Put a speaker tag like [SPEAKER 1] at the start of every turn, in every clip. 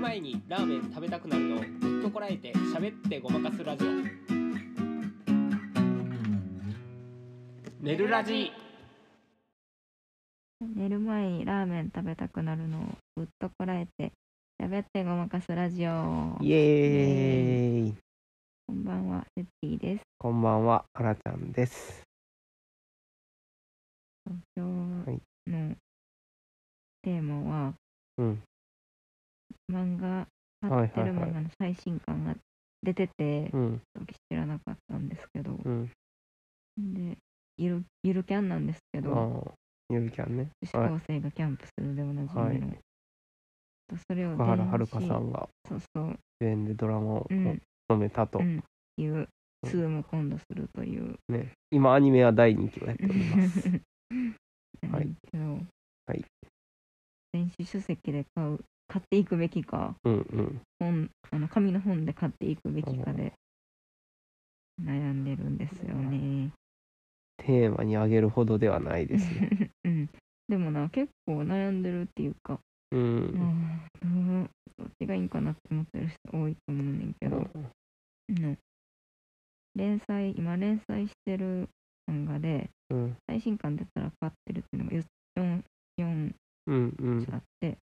[SPEAKER 1] 前にラーメン食べたくなるのをずっとこらえて喋ってごまかすラジオ寝るラジ
[SPEAKER 2] 寝る前にラーメン食べたくなるのをぐっとこらえて喋ってごまかすラジオこ
[SPEAKER 3] イエーイ
[SPEAKER 2] んばんはセッティです
[SPEAKER 3] こんばんは、あらちゃんです。
[SPEAKER 2] 今
[SPEAKER 3] はい
[SPEAKER 2] 日のテーマは、
[SPEAKER 3] うん
[SPEAKER 2] 漫画
[SPEAKER 3] はいはい
[SPEAKER 2] 貼ってる漫画の最新刊が出てて、
[SPEAKER 3] うん、
[SPEAKER 2] 時知らなかったんですけど、
[SPEAKER 3] うん。
[SPEAKER 2] でゆるゆるキャンなんですけ
[SPEAKER 3] あ
[SPEAKER 2] ど
[SPEAKER 3] あ、ゆるキャンね。
[SPEAKER 2] 女子高生がキャンプするでおなじみの、
[SPEAKER 3] はい
[SPEAKER 2] とそれを
[SPEAKER 3] 福原遥さ
[SPEAKER 2] 電子
[SPEAKER 3] んが
[SPEAKER 2] そうそう、
[SPEAKER 3] 主演でドラマを
[SPEAKER 2] うん
[SPEAKER 3] 務めたと
[SPEAKER 2] う。ん、いう2も今度するという
[SPEAKER 3] ね。今、アニメは第2期をやっております。
[SPEAKER 2] な
[SPEAKER 3] は
[SPEAKER 2] ん
[SPEAKER 3] い
[SPEAKER 2] だけど、
[SPEAKER 3] はい
[SPEAKER 2] 電子書籍で買う買っていくべきか
[SPEAKER 3] うんうん。
[SPEAKER 2] 本あの紙の本で買っていくべきかで悩んでるんですよね。
[SPEAKER 3] テーマにあげるほどではないですね。
[SPEAKER 2] うん、でもな結構悩んでるっていうか、
[SPEAKER 3] う。
[SPEAKER 2] うんん、どうどっちがいいんかなって思ってる人多いと思うねんけど、うん連載今連載してる漫画で
[SPEAKER 3] うん、
[SPEAKER 2] 最新刊出たら買ってるっていうのが 4, 4
[SPEAKER 3] うん、う
[SPEAKER 2] あ
[SPEAKER 3] ん、
[SPEAKER 2] って、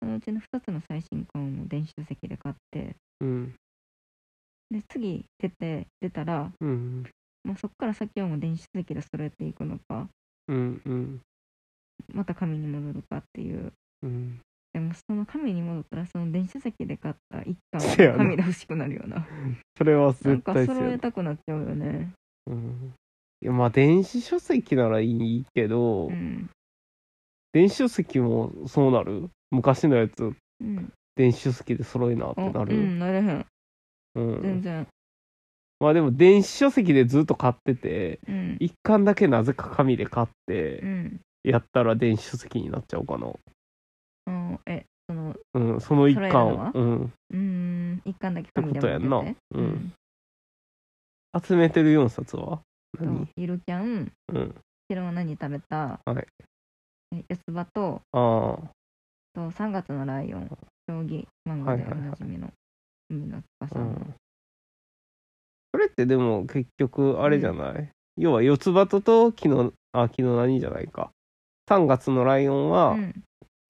[SPEAKER 2] そのうちの2つの最新刊を電子書籍で買って
[SPEAKER 3] うん、
[SPEAKER 2] で次出て出たら、
[SPEAKER 3] うん、
[SPEAKER 2] まあ、そこから先はもう電子書籍で揃えていくのか
[SPEAKER 3] うん、うん、
[SPEAKER 2] また紙に戻るかっていう
[SPEAKER 3] うん。
[SPEAKER 2] でもその紙に戻ったらその電子書籍で買った1
[SPEAKER 3] せやな
[SPEAKER 2] 巻を紙で欲しくなるような
[SPEAKER 3] それは
[SPEAKER 2] な ん
[SPEAKER 3] 絶
[SPEAKER 2] か
[SPEAKER 3] 対ですよ
[SPEAKER 2] 揃え
[SPEAKER 3] ね。
[SPEAKER 2] たくなっちゃうよね
[SPEAKER 3] うん。いやまあ、電子書籍ならいいけど
[SPEAKER 2] う、ん
[SPEAKER 3] 電子書籍もそうなる昔のやつ
[SPEAKER 2] うん
[SPEAKER 3] 電子書籍で揃えなってな
[SPEAKER 2] おう
[SPEAKER 3] る、
[SPEAKER 2] んなれへん
[SPEAKER 3] うん
[SPEAKER 2] 全然
[SPEAKER 3] まあでも電子書籍でずっと買ってて
[SPEAKER 2] うん
[SPEAKER 3] 一巻だけなぜか紙で買って
[SPEAKER 2] うん
[SPEAKER 3] やったら電子書籍になっちゃうかな
[SPEAKER 2] うんえその
[SPEAKER 3] うんその一巻
[SPEAKER 2] 揃えるのは
[SPEAKER 3] を、うん、
[SPEAKER 2] うーん一巻だけ紙で
[SPEAKER 3] ってことやんな
[SPEAKER 2] 持ってて
[SPEAKER 3] うん集めてる4冊は何
[SPEAKER 2] ゆるキャン
[SPEAKER 3] うん
[SPEAKER 2] 昨日何食べた、
[SPEAKER 3] はい
[SPEAKER 2] え四つ葉と
[SPEAKER 3] ああ
[SPEAKER 2] と3月のライオン将棋漫画でおなじみの海の
[SPEAKER 3] ー
[SPEAKER 2] 翼
[SPEAKER 3] う
[SPEAKER 2] の、
[SPEAKER 3] んそれってでも結局あれじゃない、要は四つ葉とと昨日あ昨日何じゃないか3月のライオン
[SPEAKER 2] う
[SPEAKER 3] は
[SPEAKER 2] ん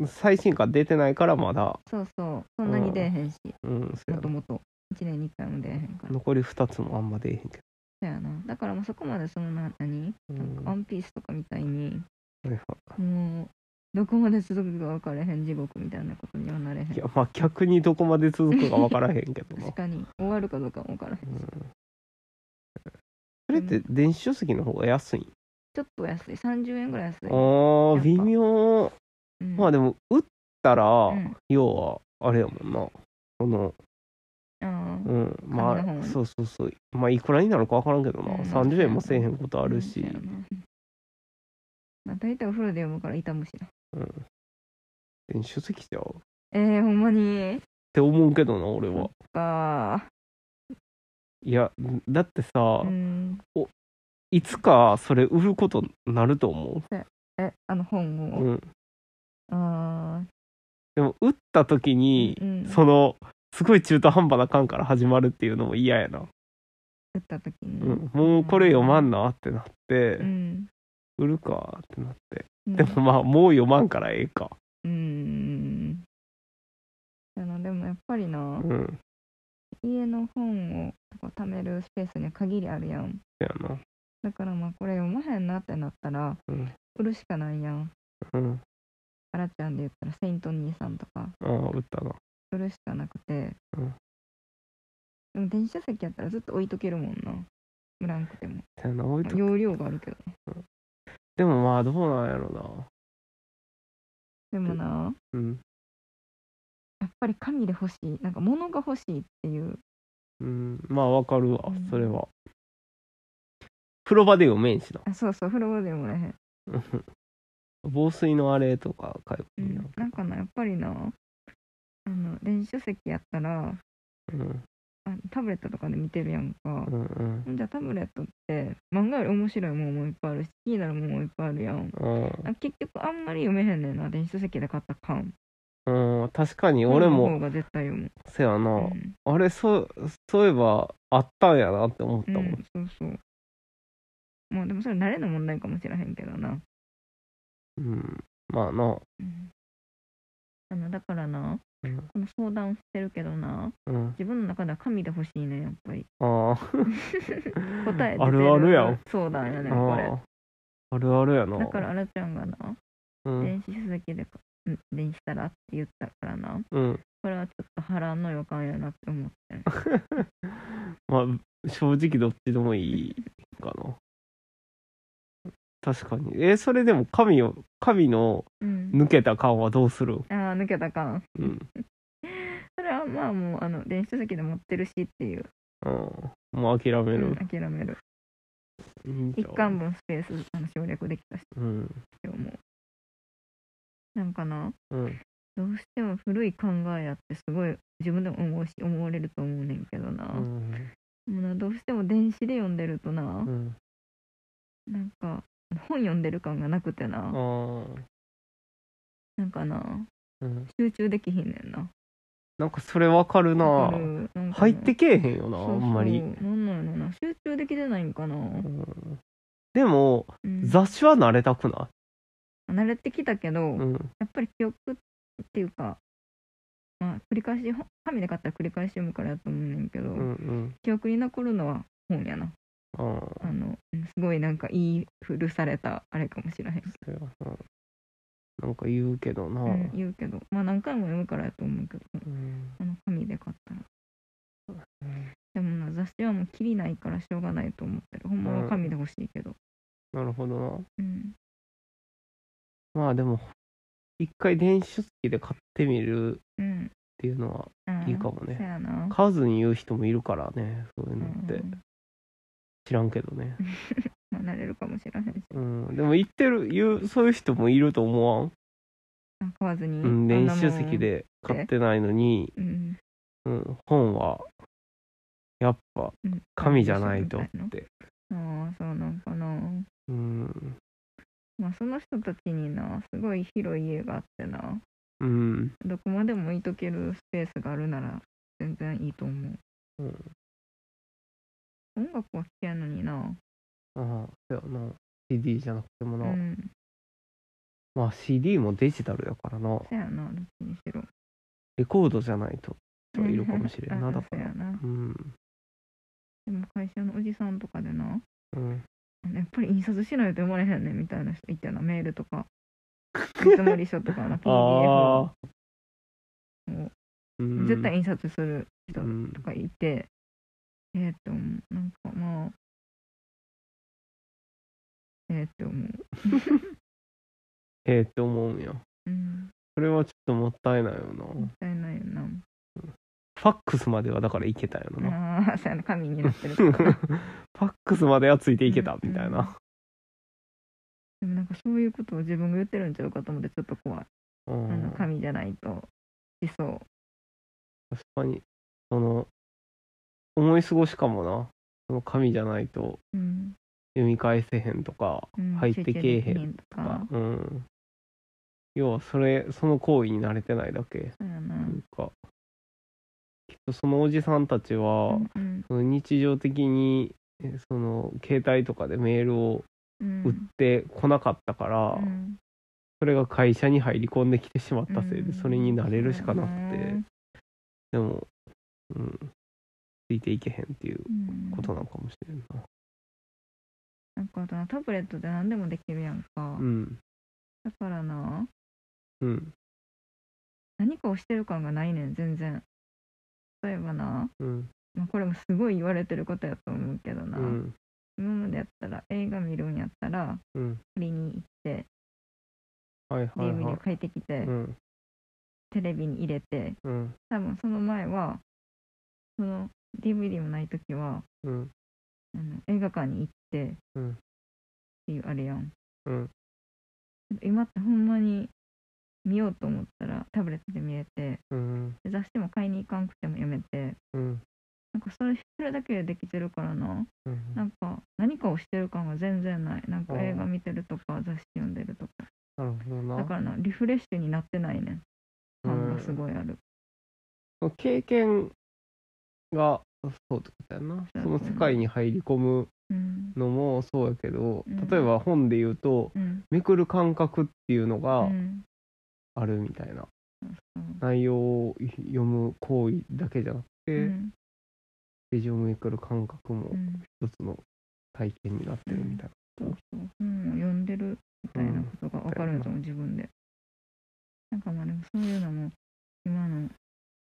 [SPEAKER 3] 最新刊出てないからまだ
[SPEAKER 2] そうそうそんなに出えへんし
[SPEAKER 3] うん、そうや
[SPEAKER 2] も
[SPEAKER 3] な
[SPEAKER 2] ともと1年に1回も出えへんからそ
[SPEAKER 3] 残り2つもあんま出えへんけ
[SPEAKER 2] うやなだからもうそこまでそのな何
[SPEAKER 3] ど。う
[SPEAKER 2] なん
[SPEAKER 3] ん
[SPEAKER 2] かワンピースとかみたいに
[SPEAKER 3] はいはい
[SPEAKER 2] もうどこまで続くか分からへん地獄みたいなことにはなれへん
[SPEAKER 3] いやまあ逆にどこまで続くか分からへんけどな
[SPEAKER 2] 確。かに終わるかどうかも分からへんし、
[SPEAKER 3] うんそれって電子書籍の方が安いん
[SPEAKER 2] ちょっとお安い30円ぐらい安い
[SPEAKER 3] あー
[SPEAKER 2] やっぱ
[SPEAKER 3] 微妙。
[SPEAKER 2] うん
[SPEAKER 3] まあでも打ったら、
[SPEAKER 2] うん
[SPEAKER 3] 要はあれやもんな。この
[SPEAKER 2] あー
[SPEAKER 3] うんま
[SPEAKER 2] 紙の方
[SPEAKER 3] あ
[SPEAKER 2] ね
[SPEAKER 3] そうそうそうまあいくらになるか分からんけどな、
[SPEAKER 2] うん
[SPEAKER 3] 30円もせえへんことある
[SPEAKER 2] う
[SPEAKER 3] し
[SPEAKER 2] んそうやなまあ、大体お風呂で読むから痛むしな。
[SPEAKER 3] 電子書籍じゃうっ
[SPEAKER 2] えー、ほんまに
[SPEAKER 3] て思うけどな俺は。
[SPEAKER 2] か
[SPEAKER 3] いやだってさ、
[SPEAKER 2] うん。
[SPEAKER 3] いつかそれ売ることになると思
[SPEAKER 2] え、あの本
[SPEAKER 3] う。
[SPEAKER 2] を。
[SPEAKER 3] うん
[SPEAKER 2] あ
[SPEAKER 3] でも打った時
[SPEAKER 2] あ。
[SPEAKER 3] に、
[SPEAKER 2] うん、
[SPEAKER 3] そのすごい中途半端な感から始まるっていうのも嫌やな、
[SPEAKER 2] 打った時に。
[SPEAKER 3] うん、もうこれ読まんなってなって
[SPEAKER 2] う、ん。
[SPEAKER 3] 売るかってなって
[SPEAKER 2] うん
[SPEAKER 3] でもまあもう読まんからええか
[SPEAKER 2] うん。あのでもやっぱりな、
[SPEAKER 3] うん
[SPEAKER 2] 家の本をこう貯めるスペースには限りあるやん。
[SPEAKER 3] そやな
[SPEAKER 2] だからまあこれ読まへんなってなったら、
[SPEAKER 3] うん
[SPEAKER 2] 売るしかないやん。
[SPEAKER 3] うん
[SPEAKER 2] あらちゃんで言ったら、セイント兄さんとか。
[SPEAKER 3] ああ売ったな
[SPEAKER 2] それしかなくて、
[SPEAKER 3] うん
[SPEAKER 2] でも電子書籍やったらずっと置いとけるもんな売らんくても
[SPEAKER 3] そやな置いとく
[SPEAKER 2] 容量があるけど
[SPEAKER 3] でもまあどうなんやろ
[SPEAKER 2] でもな
[SPEAKER 3] なうん
[SPEAKER 2] やっぱり紙で欲しいなんか物が欲しいっていう
[SPEAKER 3] うんまあわかるわ
[SPEAKER 2] うん
[SPEAKER 3] それは風呂場で読めんしな
[SPEAKER 2] あそうそう風呂場でもらえへん、
[SPEAKER 3] うん 防水のあれとか買え
[SPEAKER 2] う
[SPEAKER 3] ばいいや
[SPEAKER 2] ん、なんかなやっぱりなあの電子書籍やったら
[SPEAKER 3] うん
[SPEAKER 2] あタブレットとかで見てるやんか
[SPEAKER 3] うんうん
[SPEAKER 2] ほんじゃタブレットって漫画より面白いもんもいっぱいあるし気になるもんもいっぱいあるやん
[SPEAKER 3] うん
[SPEAKER 2] あ結局あんまり読めへんねんな電子書籍で買った感
[SPEAKER 3] うん、確かに俺
[SPEAKER 2] 本の
[SPEAKER 3] も、
[SPEAKER 2] 方が絶対読む。
[SPEAKER 3] せやな、
[SPEAKER 2] うん
[SPEAKER 3] あれ、そう、そういえば、あったんやなって思ったも。
[SPEAKER 2] うんん、そうそう。まあでもそれ慣れの問題かもしれへんけどな。
[SPEAKER 3] うん、まあな、
[SPEAKER 2] うんあのだからな、
[SPEAKER 3] うん
[SPEAKER 2] この相談してるけどな、
[SPEAKER 3] うん、
[SPEAKER 2] 自分の中では神で欲しいね、やっぱり。
[SPEAKER 3] ああ、
[SPEAKER 2] 答え出て
[SPEAKER 3] あるあるやん。
[SPEAKER 2] 相談やね、これ。
[SPEAKER 3] あああるあるやな。
[SPEAKER 2] だから、あらちゃんがな、
[SPEAKER 3] うん、
[SPEAKER 2] 電子書籍でかうん電子したらって言ったからな、
[SPEAKER 3] うん。
[SPEAKER 2] これはちょっと波乱の予感やなって 思ってる。
[SPEAKER 3] まあ、正直どっちでもいいかな。確かに。え、それでも神を、神の
[SPEAKER 2] うん、
[SPEAKER 3] 抜けた感はどうする
[SPEAKER 2] ああ、抜けたかん。
[SPEAKER 3] うん。
[SPEAKER 2] それはまあもう、あの電子書籍で持ってるしっていう、
[SPEAKER 3] うんもう諦め
[SPEAKER 2] うん
[SPEAKER 3] る。
[SPEAKER 2] 諦める。
[SPEAKER 3] いいんち
[SPEAKER 2] 一
[SPEAKER 3] ゃう
[SPEAKER 2] 巻分スペースあの省略できたし、
[SPEAKER 3] うん。
[SPEAKER 2] 今日も。なんかな、
[SPEAKER 3] うん。
[SPEAKER 2] どうしても古い考えやってすごい自分でも思うし思われると思うねんけどな,、
[SPEAKER 3] うん。
[SPEAKER 2] もうなどうしても電子で読んでるとな、
[SPEAKER 3] うん。
[SPEAKER 2] なんか本読んでる感がなくてな、
[SPEAKER 3] あー
[SPEAKER 2] なんかな
[SPEAKER 3] うん。
[SPEAKER 2] 集中できひんねんな
[SPEAKER 3] なんかそれわかる
[SPEAKER 2] わ
[SPEAKER 3] な
[SPEAKER 2] か。るなんかな
[SPEAKER 3] 入ってけえへんよな、
[SPEAKER 2] そ
[SPEAKER 3] あ
[SPEAKER 2] うそうん
[SPEAKER 3] まり。
[SPEAKER 2] なんなんやろな集中できてないんかな、
[SPEAKER 3] うんでも、
[SPEAKER 2] うん
[SPEAKER 3] 雑誌は慣れたくな
[SPEAKER 2] 慣れてきたけど、
[SPEAKER 3] い、
[SPEAKER 2] や
[SPEAKER 3] うん、
[SPEAKER 2] っぱり記憶っていうかまあ繰り返し本紙で買ったら繰り返し読むからやと思うねんけど、
[SPEAKER 3] うんうん
[SPEAKER 2] 記憶に残るのは本やな
[SPEAKER 3] あー
[SPEAKER 2] あのうんすごいなんか言い古されたあれかもしれへん、
[SPEAKER 3] そやななんか言うけどな、
[SPEAKER 2] うん言うけどまあ何回も読むからやと思うけど
[SPEAKER 3] うん
[SPEAKER 2] あの紙で買ったら
[SPEAKER 3] うん
[SPEAKER 2] でもな雑誌はもう切りないからしょうがないと思ってるほんまは紙で欲しいけど
[SPEAKER 3] なるほどな
[SPEAKER 2] うん
[SPEAKER 3] まあでも一回電子書籍で買ってみるっ
[SPEAKER 2] うん、
[SPEAKER 3] ていうのは
[SPEAKER 2] うん、
[SPEAKER 3] いいかも
[SPEAKER 2] そ
[SPEAKER 3] ね、
[SPEAKER 2] やな
[SPEAKER 3] 買わずに言う人もいるからねそういうのって、
[SPEAKER 2] うん
[SPEAKER 3] 知らんけどね、
[SPEAKER 2] まあ慣れるかもしれへんし
[SPEAKER 3] うん、でも言ってる言うそういう人もいると思わん、
[SPEAKER 2] あ買わずに、
[SPEAKER 3] うん、電子書
[SPEAKER 2] あんなもん
[SPEAKER 3] 籍で買ってないのに、
[SPEAKER 2] うん
[SPEAKER 3] うん、本はやっぱ
[SPEAKER 2] うん
[SPEAKER 3] 紙じゃないと
[SPEAKER 2] あ
[SPEAKER 3] っ
[SPEAKER 2] あ
[SPEAKER 3] て、
[SPEAKER 2] そうなんかな
[SPEAKER 3] うん、
[SPEAKER 2] まあその人たちになすごい広い家があってな
[SPEAKER 3] うん、
[SPEAKER 2] どこまでも置いとけるスペースがあるなら全然いいと思う、
[SPEAKER 3] うん
[SPEAKER 2] 音楽は聴けんのにな
[SPEAKER 3] ああ、そうやな。CD じゃなくても
[SPEAKER 2] う
[SPEAKER 3] な。
[SPEAKER 2] ん
[SPEAKER 3] まあ CD もデジタルやからな。
[SPEAKER 2] そやなどっちにしろ
[SPEAKER 3] レコードじゃないと人はいるかもしれん
[SPEAKER 2] あ
[SPEAKER 3] な。だか
[SPEAKER 2] そや
[SPEAKER 3] ら。
[SPEAKER 2] な
[SPEAKER 3] うん。
[SPEAKER 2] でも会社のおじさんとかでな
[SPEAKER 3] うん、
[SPEAKER 2] やっぱり印刷しないと読まれへんねんみたいな人いてなメールとか見積もり書とか な PDF を
[SPEAKER 3] ああ。うん
[SPEAKER 2] 絶対印刷する人
[SPEAKER 3] うん
[SPEAKER 2] とかいて、えー、って思うなんかまあえー、って思う
[SPEAKER 3] ええって思うんや。
[SPEAKER 2] うん
[SPEAKER 3] それはちょっともったいないよな。
[SPEAKER 2] もったいないよな
[SPEAKER 3] ファックスまではだからいけたよな。
[SPEAKER 2] あ あ、そうやな、神になってるか
[SPEAKER 3] フ
[SPEAKER 2] らな。
[SPEAKER 3] ァックスまではついていけたみたいな。
[SPEAKER 2] でもなんかそういうことを自分が言ってるんちゃうかと思ってちょっと怖い。
[SPEAKER 3] う
[SPEAKER 2] あの
[SPEAKER 3] ん、確
[SPEAKER 2] 神じゃないと思想。
[SPEAKER 3] かに、その、思い過ごしかもな。その紙じゃないと
[SPEAKER 2] うん。
[SPEAKER 3] 読み返せへんとか、
[SPEAKER 2] うん
[SPEAKER 3] 入ってけえへん
[SPEAKER 2] とか。
[SPEAKER 3] うん。要はそれその行為に慣れてないだけ
[SPEAKER 2] そうやな。
[SPEAKER 3] というか、きっとそのおじさんたちは、
[SPEAKER 2] うん
[SPEAKER 3] その日常的にえその携帯とかでメールを
[SPEAKER 2] うん
[SPEAKER 3] 売ってこなかったから、
[SPEAKER 2] うん
[SPEAKER 3] それが会社に入り込んできてしまったせいで、
[SPEAKER 2] うん
[SPEAKER 3] それに慣れるしかなくて、でも、うん、ついていけへんっていう
[SPEAKER 2] うん
[SPEAKER 3] ことなのかもしれんな。
[SPEAKER 2] なんかあとなタブレットで何でもできるやんか
[SPEAKER 3] う。ん、
[SPEAKER 2] だからな、
[SPEAKER 3] うん、
[SPEAKER 2] 何かをしてる感がないねん、全然。例えばな、
[SPEAKER 3] うん、
[SPEAKER 2] まあ、これもすごい言われてることやと思うけど
[SPEAKER 3] う
[SPEAKER 2] な、
[SPEAKER 3] ん、
[SPEAKER 2] 今までやったら映画見るんやったら、
[SPEAKER 3] うん、
[SPEAKER 2] 売りに行って、
[SPEAKER 3] はいはいは
[SPEAKER 2] DVD を
[SPEAKER 3] い。
[SPEAKER 2] 借りてきて、
[SPEAKER 3] うん、
[SPEAKER 2] テレビに入れて
[SPEAKER 3] うん、
[SPEAKER 2] 多分その前はその DVD もない時は
[SPEAKER 3] うん、
[SPEAKER 2] あの映画館に行って、
[SPEAKER 3] うん
[SPEAKER 2] っていうあれやん、
[SPEAKER 3] うん
[SPEAKER 2] 今ってほんまに見ようと思ったらタブレットで見れて
[SPEAKER 3] うん、
[SPEAKER 2] で雑誌も買いに行かんくても読めて
[SPEAKER 3] うん、
[SPEAKER 2] なんかそれそれだけでできてるからな
[SPEAKER 3] うん。
[SPEAKER 2] なんか何かをしてる感が全然ないなんか
[SPEAKER 3] あー
[SPEAKER 2] 映画見てるとか雑誌読んでるとか
[SPEAKER 3] なるほどな。
[SPEAKER 2] だからなリフレッシュになってないねん
[SPEAKER 3] うー
[SPEAKER 2] 半がすごいある。
[SPEAKER 3] 経験がそうってことやな
[SPEAKER 2] そう
[SPEAKER 3] その世界に入り込む
[SPEAKER 2] うん。
[SPEAKER 3] のもそうやけど、
[SPEAKER 2] うん
[SPEAKER 3] 例えば本で言うと
[SPEAKER 2] うん。
[SPEAKER 3] めくる感覚っていうの
[SPEAKER 2] う
[SPEAKER 3] が
[SPEAKER 2] ん
[SPEAKER 3] あるみたいな、
[SPEAKER 2] うん
[SPEAKER 3] 内容を読む行為だけじゃなくて、
[SPEAKER 2] うん
[SPEAKER 3] ページをめくる感覚も
[SPEAKER 2] うん
[SPEAKER 3] 一つの体験になってるみたい
[SPEAKER 2] そうそう本を読んでるみたいなことが分かるんだと思う自分で。なんかまあでもそういうのも今の
[SPEAKER 3] な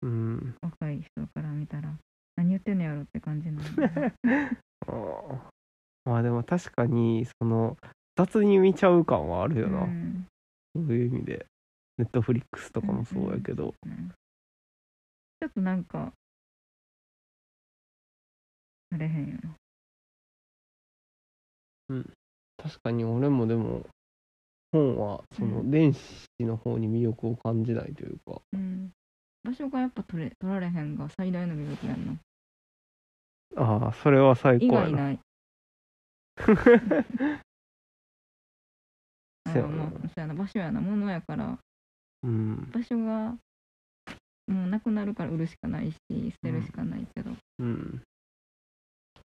[SPEAKER 3] うん、
[SPEAKER 2] 若い人から見たら何言ってんのやろって感じなんだな
[SPEAKER 3] あーまあでも確かにその雑に見ちゃう感はあるよな、
[SPEAKER 2] うん
[SPEAKER 3] そういう意味でネットフリックスとかもそうやけど、
[SPEAKER 2] うんちょっとなんかあれへんよな。
[SPEAKER 3] 確かに俺もでも本はそうの
[SPEAKER 2] ん
[SPEAKER 3] 電子の方に魅力を感じないというか、
[SPEAKER 2] うん場所がやっぱ取れ取られへんが最大の魅力やんな。
[SPEAKER 3] ああそれは最
[SPEAKER 2] 以
[SPEAKER 3] 高や
[SPEAKER 2] 外
[SPEAKER 3] な
[SPEAKER 2] ない。あ
[SPEAKER 3] そうやな
[SPEAKER 2] まあそうやな場所やなものやから
[SPEAKER 3] うん
[SPEAKER 2] 場所がもうなくなるから売るしかないし捨てるしかないけど、
[SPEAKER 3] うん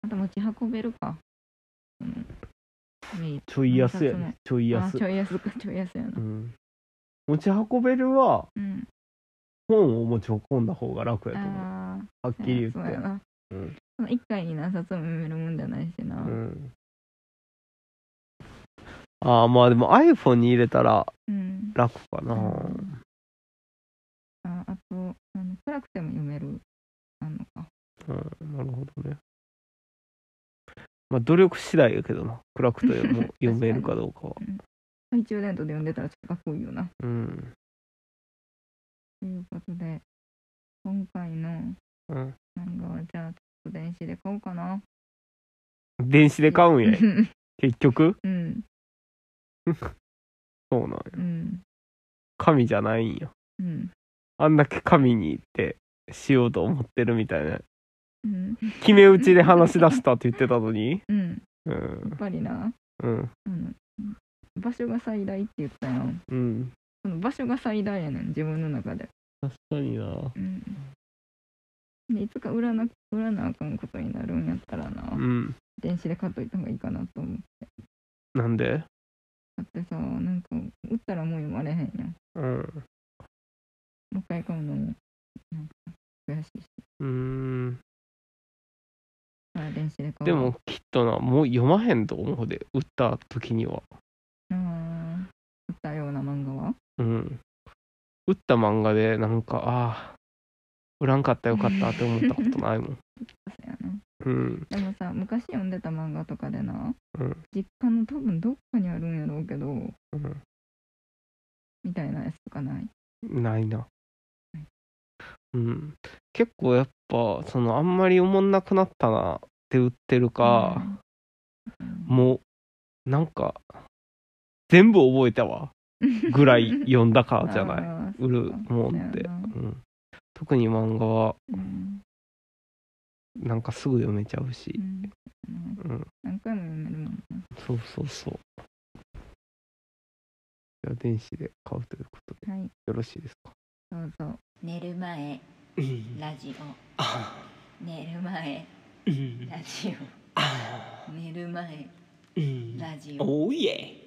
[SPEAKER 2] あと持ち運べるか。うんいい
[SPEAKER 3] ちょい安や
[SPEAKER 2] 二つも
[SPEAKER 3] ねちょい
[SPEAKER 2] あ
[SPEAKER 3] 安
[SPEAKER 2] ちょい安かちょい安やな
[SPEAKER 3] う。 ん、持ち運べるは
[SPEAKER 2] うん。
[SPEAKER 3] 本を持ち運んだ方が楽やと思う
[SPEAKER 2] ああ。
[SPEAKER 3] はっきり言って
[SPEAKER 2] そうやな。
[SPEAKER 3] うん
[SPEAKER 2] その一回に何冊も埋めるもんじゃないしな。
[SPEAKER 3] うんああまあでも iPhone に入れたら
[SPEAKER 2] うん。
[SPEAKER 3] 楽かな、
[SPEAKER 2] うんああとあの暗くても読めるあのか。
[SPEAKER 3] うん、なるほどね。まあ、努力次第やけどな。暗くと読も読めるかどう かは。
[SPEAKER 2] 懐中電灯で読んでたらちょっとかっこいいよな。
[SPEAKER 3] うん。
[SPEAKER 2] ということで今回の
[SPEAKER 3] うん、
[SPEAKER 2] 漫画はじゃあちょっと電子で買おうかな。
[SPEAKER 3] 電子で買うんや。
[SPEAKER 2] う
[SPEAKER 3] 結局
[SPEAKER 2] ん
[SPEAKER 3] そうなんや。
[SPEAKER 2] うん
[SPEAKER 3] 神じゃないんや。
[SPEAKER 2] うん
[SPEAKER 3] あんだけ神に行ってしようと思ってるみたいな。
[SPEAKER 2] うん
[SPEAKER 3] 決め打ちで話し出したって言ってたのに。
[SPEAKER 2] うん。
[SPEAKER 3] う
[SPEAKER 2] や
[SPEAKER 3] ん。
[SPEAKER 2] っぱりな。
[SPEAKER 3] うん。
[SPEAKER 2] あの場所が最大って言ったやん。
[SPEAKER 3] うん。
[SPEAKER 2] その場所が最大やねん自分の中で。
[SPEAKER 3] 確かにな。
[SPEAKER 2] うんでいつか売らな売らなあかんことになるんやったらな、
[SPEAKER 3] うん。
[SPEAKER 2] 電子で買っといた方がいいかなと思う
[SPEAKER 3] なんで
[SPEAKER 2] だってさなんか売ったらもう読まれへんやん
[SPEAKER 3] うん。
[SPEAKER 2] もう一回買うのもなんか悔しいし
[SPEAKER 3] うーん。
[SPEAKER 2] だから電子で買おう
[SPEAKER 3] でもきっとな、もう読まへんと思うで。打った時には。
[SPEAKER 2] あー売ったような漫画は
[SPEAKER 3] うん。打った漫画で、なんか、ああ、売らんかったよかったって思ったことないも ん。
[SPEAKER 2] そうやな
[SPEAKER 3] うん。
[SPEAKER 2] でもさ昔読んでた漫画とかでな、
[SPEAKER 3] うん
[SPEAKER 2] 実家の多分どっかにあるんやろうけど
[SPEAKER 3] うん
[SPEAKER 2] みたいなやつとかない
[SPEAKER 3] ないな。うん。結構やっぱ、その、あんまりおもんなくなったなって売ってるか、もう、なんか、全部覚えたわ
[SPEAKER 2] うん
[SPEAKER 3] ぐらい読んだかじゃ
[SPEAKER 2] あ
[SPEAKER 3] ない。
[SPEAKER 2] ー
[SPEAKER 3] 売るもんって。
[SPEAKER 2] そうやな
[SPEAKER 3] うん。特に漫画は、
[SPEAKER 2] うん
[SPEAKER 3] なんかすぐ読めちゃうし
[SPEAKER 2] う。んうん
[SPEAKER 3] うん。
[SPEAKER 2] 何回も読めるもんな
[SPEAKER 3] そうそうそう。では電子で買うということで
[SPEAKER 2] はい、
[SPEAKER 3] よろしいですか。
[SPEAKER 2] どうぞ。
[SPEAKER 4] 寝る前ラジオ寝る前ラジオ寝る前ラジオ
[SPEAKER 1] おういえ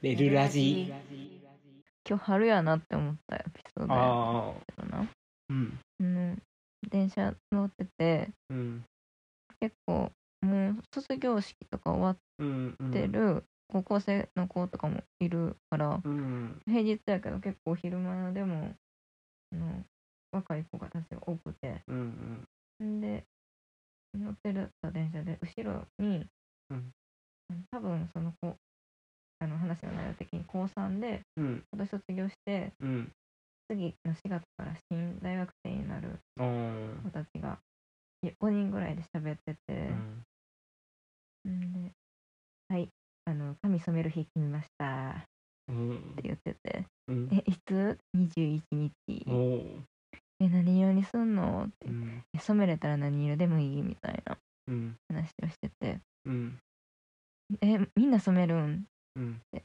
[SPEAKER 1] 寝るラジ
[SPEAKER 2] 今日春やなって思ったエピソードや
[SPEAKER 3] ああ、
[SPEAKER 2] けどな。
[SPEAKER 3] うん
[SPEAKER 2] うん、電車乗ってて、
[SPEAKER 3] うん
[SPEAKER 2] 結構もう卒業式とか終わ
[SPEAKER 3] うんう
[SPEAKER 2] って
[SPEAKER 3] ん
[SPEAKER 2] る高校生の子とかもいるから、
[SPEAKER 3] うん
[SPEAKER 2] 平日やけど結構昼間でも、あの若い子が私は多くて。
[SPEAKER 3] うん
[SPEAKER 2] んで、乗ってる電車で後ろに、
[SPEAKER 3] うん
[SPEAKER 2] 多分その子、あの話の内容的に高3で
[SPEAKER 3] うん
[SPEAKER 2] 今年卒業して
[SPEAKER 3] うん
[SPEAKER 2] 次の4月から新大学生になる
[SPEAKER 3] あー
[SPEAKER 2] 子たちが5人ぐらいで喋ってて、
[SPEAKER 3] うん
[SPEAKER 2] んで「はいあの髪染める日決めました」っ
[SPEAKER 3] うん
[SPEAKER 2] て言ってて
[SPEAKER 3] うん
[SPEAKER 2] 「えいつ ?21 日
[SPEAKER 3] おー
[SPEAKER 2] え何色にすんの?」って
[SPEAKER 3] う
[SPEAKER 2] 言って
[SPEAKER 3] ん
[SPEAKER 2] え染めれたら何色でもいい」みたいな
[SPEAKER 3] うん
[SPEAKER 2] 話をしてて
[SPEAKER 3] うん
[SPEAKER 2] 「えみんな染めるん?」
[SPEAKER 3] うん
[SPEAKER 2] 一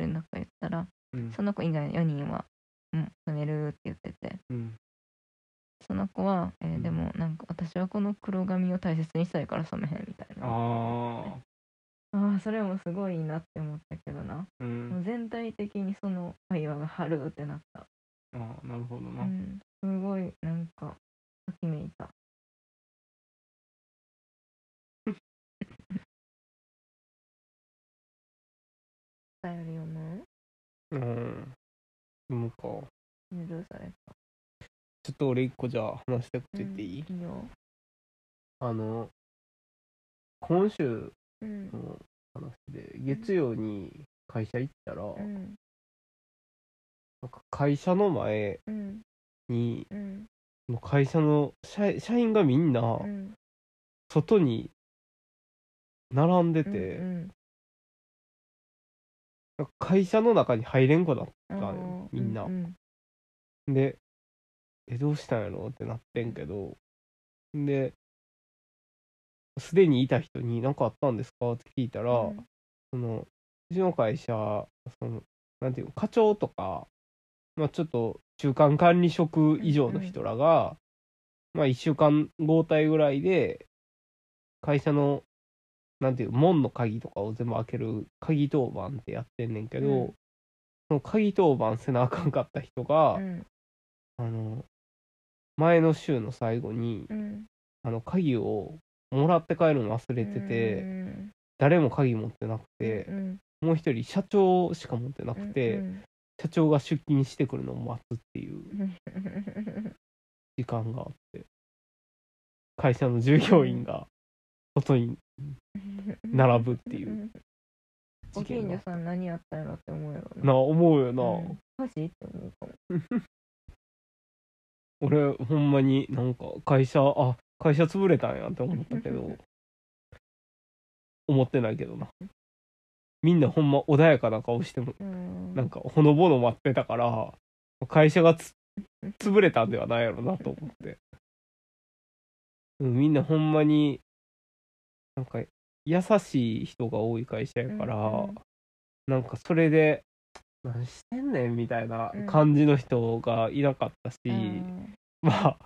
[SPEAKER 2] 人の子言ったら
[SPEAKER 3] うん
[SPEAKER 2] その子以外の4人は「うん染める」って言っててその子は、えーでもなんか私はこの黒髪を大切にしたいから染めへんみたいなあ
[SPEAKER 3] あ
[SPEAKER 2] あーそれもすごいいいなって思ったけどな、
[SPEAKER 3] あう
[SPEAKER 2] もうん全体的にその会話が春ってなった、
[SPEAKER 3] あーなるほど
[SPEAKER 2] う
[SPEAKER 3] な、
[SPEAKER 2] ん、すごいなんかときめいたお便り読む
[SPEAKER 3] うんでもかちょ
[SPEAKER 2] 許さ
[SPEAKER 3] っ
[SPEAKER 2] れ
[SPEAKER 3] と俺一個じゃあ話したくてっていい、
[SPEAKER 2] いいよ
[SPEAKER 3] あの今週
[SPEAKER 2] うん
[SPEAKER 3] の話で月曜に会社行ったら、
[SPEAKER 2] うん
[SPEAKER 3] なんか会社の前
[SPEAKER 2] うん
[SPEAKER 3] に
[SPEAKER 2] うん
[SPEAKER 3] もう会社の社社員がみんな
[SPEAKER 2] うん
[SPEAKER 3] 外に並んでて、
[SPEAKER 2] うん
[SPEAKER 3] なんか会社の中に入れんこだっ
[SPEAKER 2] うん
[SPEAKER 3] だよ
[SPEAKER 2] あー
[SPEAKER 3] みんな
[SPEAKER 2] うん
[SPEAKER 3] でえどうしたんやろってなってんけどで、すでにいた人に何かあったんですかって聞いたら、
[SPEAKER 2] うん
[SPEAKER 3] そのうちの会社そのなんていうの課長とか、まあ、ちょっと中間管理職以上の人らが、まあ、1週間交代ぐらいで会社のなんていう門の鍵とかを全部開ける鍵当番ってやってんねんけど、
[SPEAKER 2] うん
[SPEAKER 3] その鍵当番せなあかんかった人が、
[SPEAKER 2] うん
[SPEAKER 3] あの前の週の最後に
[SPEAKER 2] うん
[SPEAKER 3] あの鍵をもらって帰るの忘れてて、
[SPEAKER 2] うん
[SPEAKER 3] 誰も鍵持ってなくて。
[SPEAKER 2] うん
[SPEAKER 3] もう一人社長しか持ってなくて、
[SPEAKER 2] うん
[SPEAKER 3] 社長が出勤してくるのを待つっていう時間があって会社の従業員が外に並ぶっていう
[SPEAKER 2] うんご
[SPEAKER 3] 事
[SPEAKER 2] 近
[SPEAKER 3] 件
[SPEAKER 2] 所
[SPEAKER 3] が
[SPEAKER 2] さん何やったんやろって思うやろ
[SPEAKER 3] な思うよな、
[SPEAKER 2] うんマジって思うかも
[SPEAKER 3] 俺ほんまになんか会社あ会社潰れたんやって思ったけど思ってないけどなみんなほんま穏やかな顔しても
[SPEAKER 2] うん
[SPEAKER 3] なんかほのぼの待ってたから会社がつ潰れたんではないやろなと思ってうんみんなほんまになんか優しい人が多い会社やから、
[SPEAKER 2] うんうん
[SPEAKER 3] なんかそれで何してんねんみたいな感じの人がいなかったし、
[SPEAKER 2] うん
[SPEAKER 3] まあ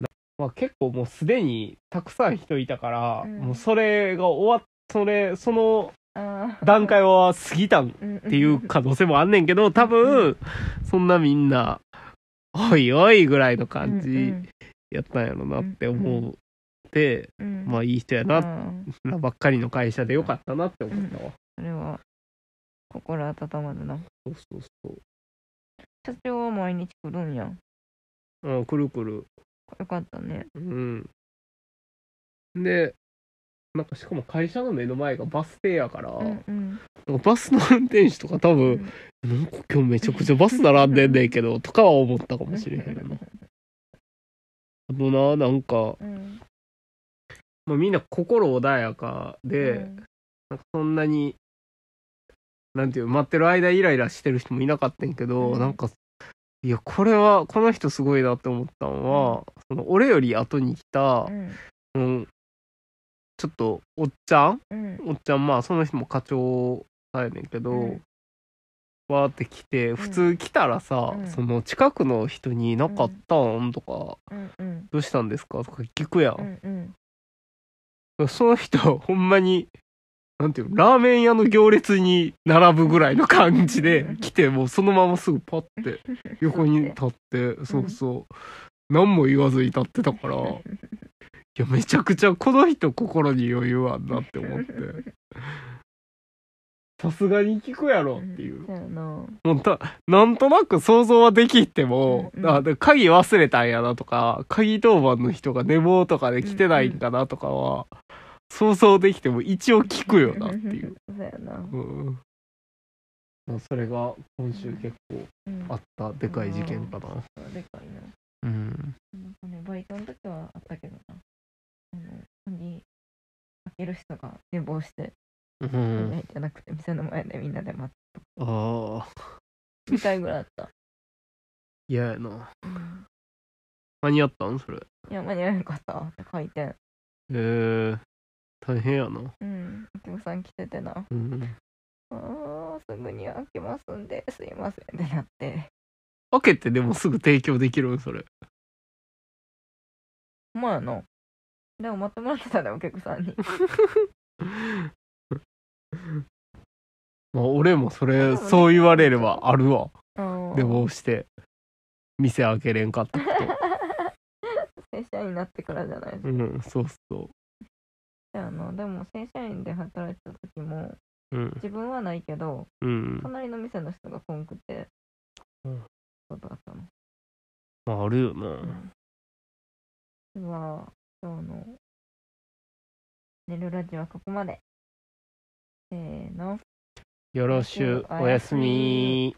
[SPEAKER 3] なまあ結構もうすでにたくさん人いたから、
[SPEAKER 2] うん
[SPEAKER 3] もうそれが終わっそれその
[SPEAKER 2] あー
[SPEAKER 3] 段階は過ぎたん
[SPEAKER 2] うん
[SPEAKER 3] っていう可能性もあんねんけど多分そんなみんな「おいおい」ぐらいの感じやったんやろなって思って
[SPEAKER 2] うんうん
[SPEAKER 3] まあいい人や
[SPEAKER 2] う
[SPEAKER 3] なんなばっかりの会社でよかったなって思ったわ
[SPEAKER 2] それは心温まるな
[SPEAKER 3] そうそうそう
[SPEAKER 2] 社長は毎日来るんやん
[SPEAKER 3] うんくるくる
[SPEAKER 2] よかったね
[SPEAKER 3] うんでなんかしかも会社の目の前がバス停やから、
[SPEAKER 2] うんうん
[SPEAKER 3] なんかバスの運転手とか多分、なんか今日めちゃくちゃバス並んでんねんけどとかは思ったかもしれへんなあとななんか
[SPEAKER 2] うん
[SPEAKER 3] まあ、みんな心穏やかで、なんかそんなになんていう待ってる間イライラしてる人もいなかったんやけど、
[SPEAKER 2] うん
[SPEAKER 3] なんかいやこれはこの人すごいなって思ったのは、その俺より後に来た
[SPEAKER 2] う、ん
[SPEAKER 3] うんちょっとおっちゃん
[SPEAKER 2] うん
[SPEAKER 3] おっちゃんまあその人も課長さんやねんけど、
[SPEAKER 2] うん
[SPEAKER 3] わーって来て普通来たらさ、
[SPEAKER 2] うん
[SPEAKER 3] その近くの人に「なかったん?」とか、
[SPEAKER 2] うんうん
[SPEAKER 3] どうしたんですか?」とか聞くやん
[SPEAKER 2] う、んうん
[SPEAKER 3] その人、ほんまに、なんていうの、ラーメン屋の行列に並ぶぐらいの感じで来て、もうそのまますぐパッて横に立って、そうそう、何も言わずに立ってたから、いや、めちゃくちゃこの人心に余裕あんなって思って、 さすがに聞くやろっていう。
[SPEAKER 2] そうやな
[SPEAKER 3] もうた、なんとなく想像はできても、
[SPEAKER 2] うんうん
[SPEAKER 3] あ、で鍵忘れたんやなとか、鍵当番の人が寝坊とかで来てないんかなとかは、想像できても一応聞くよなっていう。
[SPEAKER 2] そうやな
[SPEAKER 3] うん。まあそれが今週結構
[SPEAKER 2] うん
[SPEAKER 3] あったでかい事件かな。
[SPEAKER 2] そうでかいな
[SPEAKER 3] うん。
[SPEAKER 2] なんかねバイトの時はあったけどなあの鍵開ける人が寝坊して
[SPEAKER 3] う
[SPEAKER 2] 家
[SPEAKER 3] ん。
[SPEAKER 2] にじゃなくて店の前でみんなで待
[SPEAKER 3] ああ、
[SPEAKER 2] って2回ぐらいあった
[SPEAKER 3] 嫌やな。
[SPEAKER 2] うん
[SPEAKER 3] 間に合ったんそれ。へ
[SPEAKER 2] いや間に合わなかったって回転
[SPEAKER 3] え大変やな。
[SPEAKER 2] うんお客さん来ててな
[SPEAKER 3] うん。
[SPEAKER 2] あーすぐに開けますんですいませんってなって
[SPEAKER 3] 開けてでもすぐ提供できるんそれ。
[SPEAKER 2] ほんまやなでも待ってもらってたねお客 さんに
[SPEAKER 3] まあ俺もそれそう言われればあるわ
[SPEAKER 2] あー
[SPEAKER 3] 寝坊して店開けれんかったこ
[SPEAKER 2] 正社員になってからじゃないです
[SPEAKER 3] とうんそうそう
[SPEAKER 2] かあのでも正社員で働いてた時も
[SPEAKER 3] うん
[SPEAKER 2] 自分はないけど
[SPEAKER 3] うん
[SPEAKER 2] 隣の店の人がこんくて、
[SPEAKER 3] うん
[SPEAKER 2] ことあったの
[SPEAKER 3] まああるよな
[SPEAKER 2] では、今日の寝るラジオはここまで。せーの。
[SPEAKER 3] よろしゅうおやすみ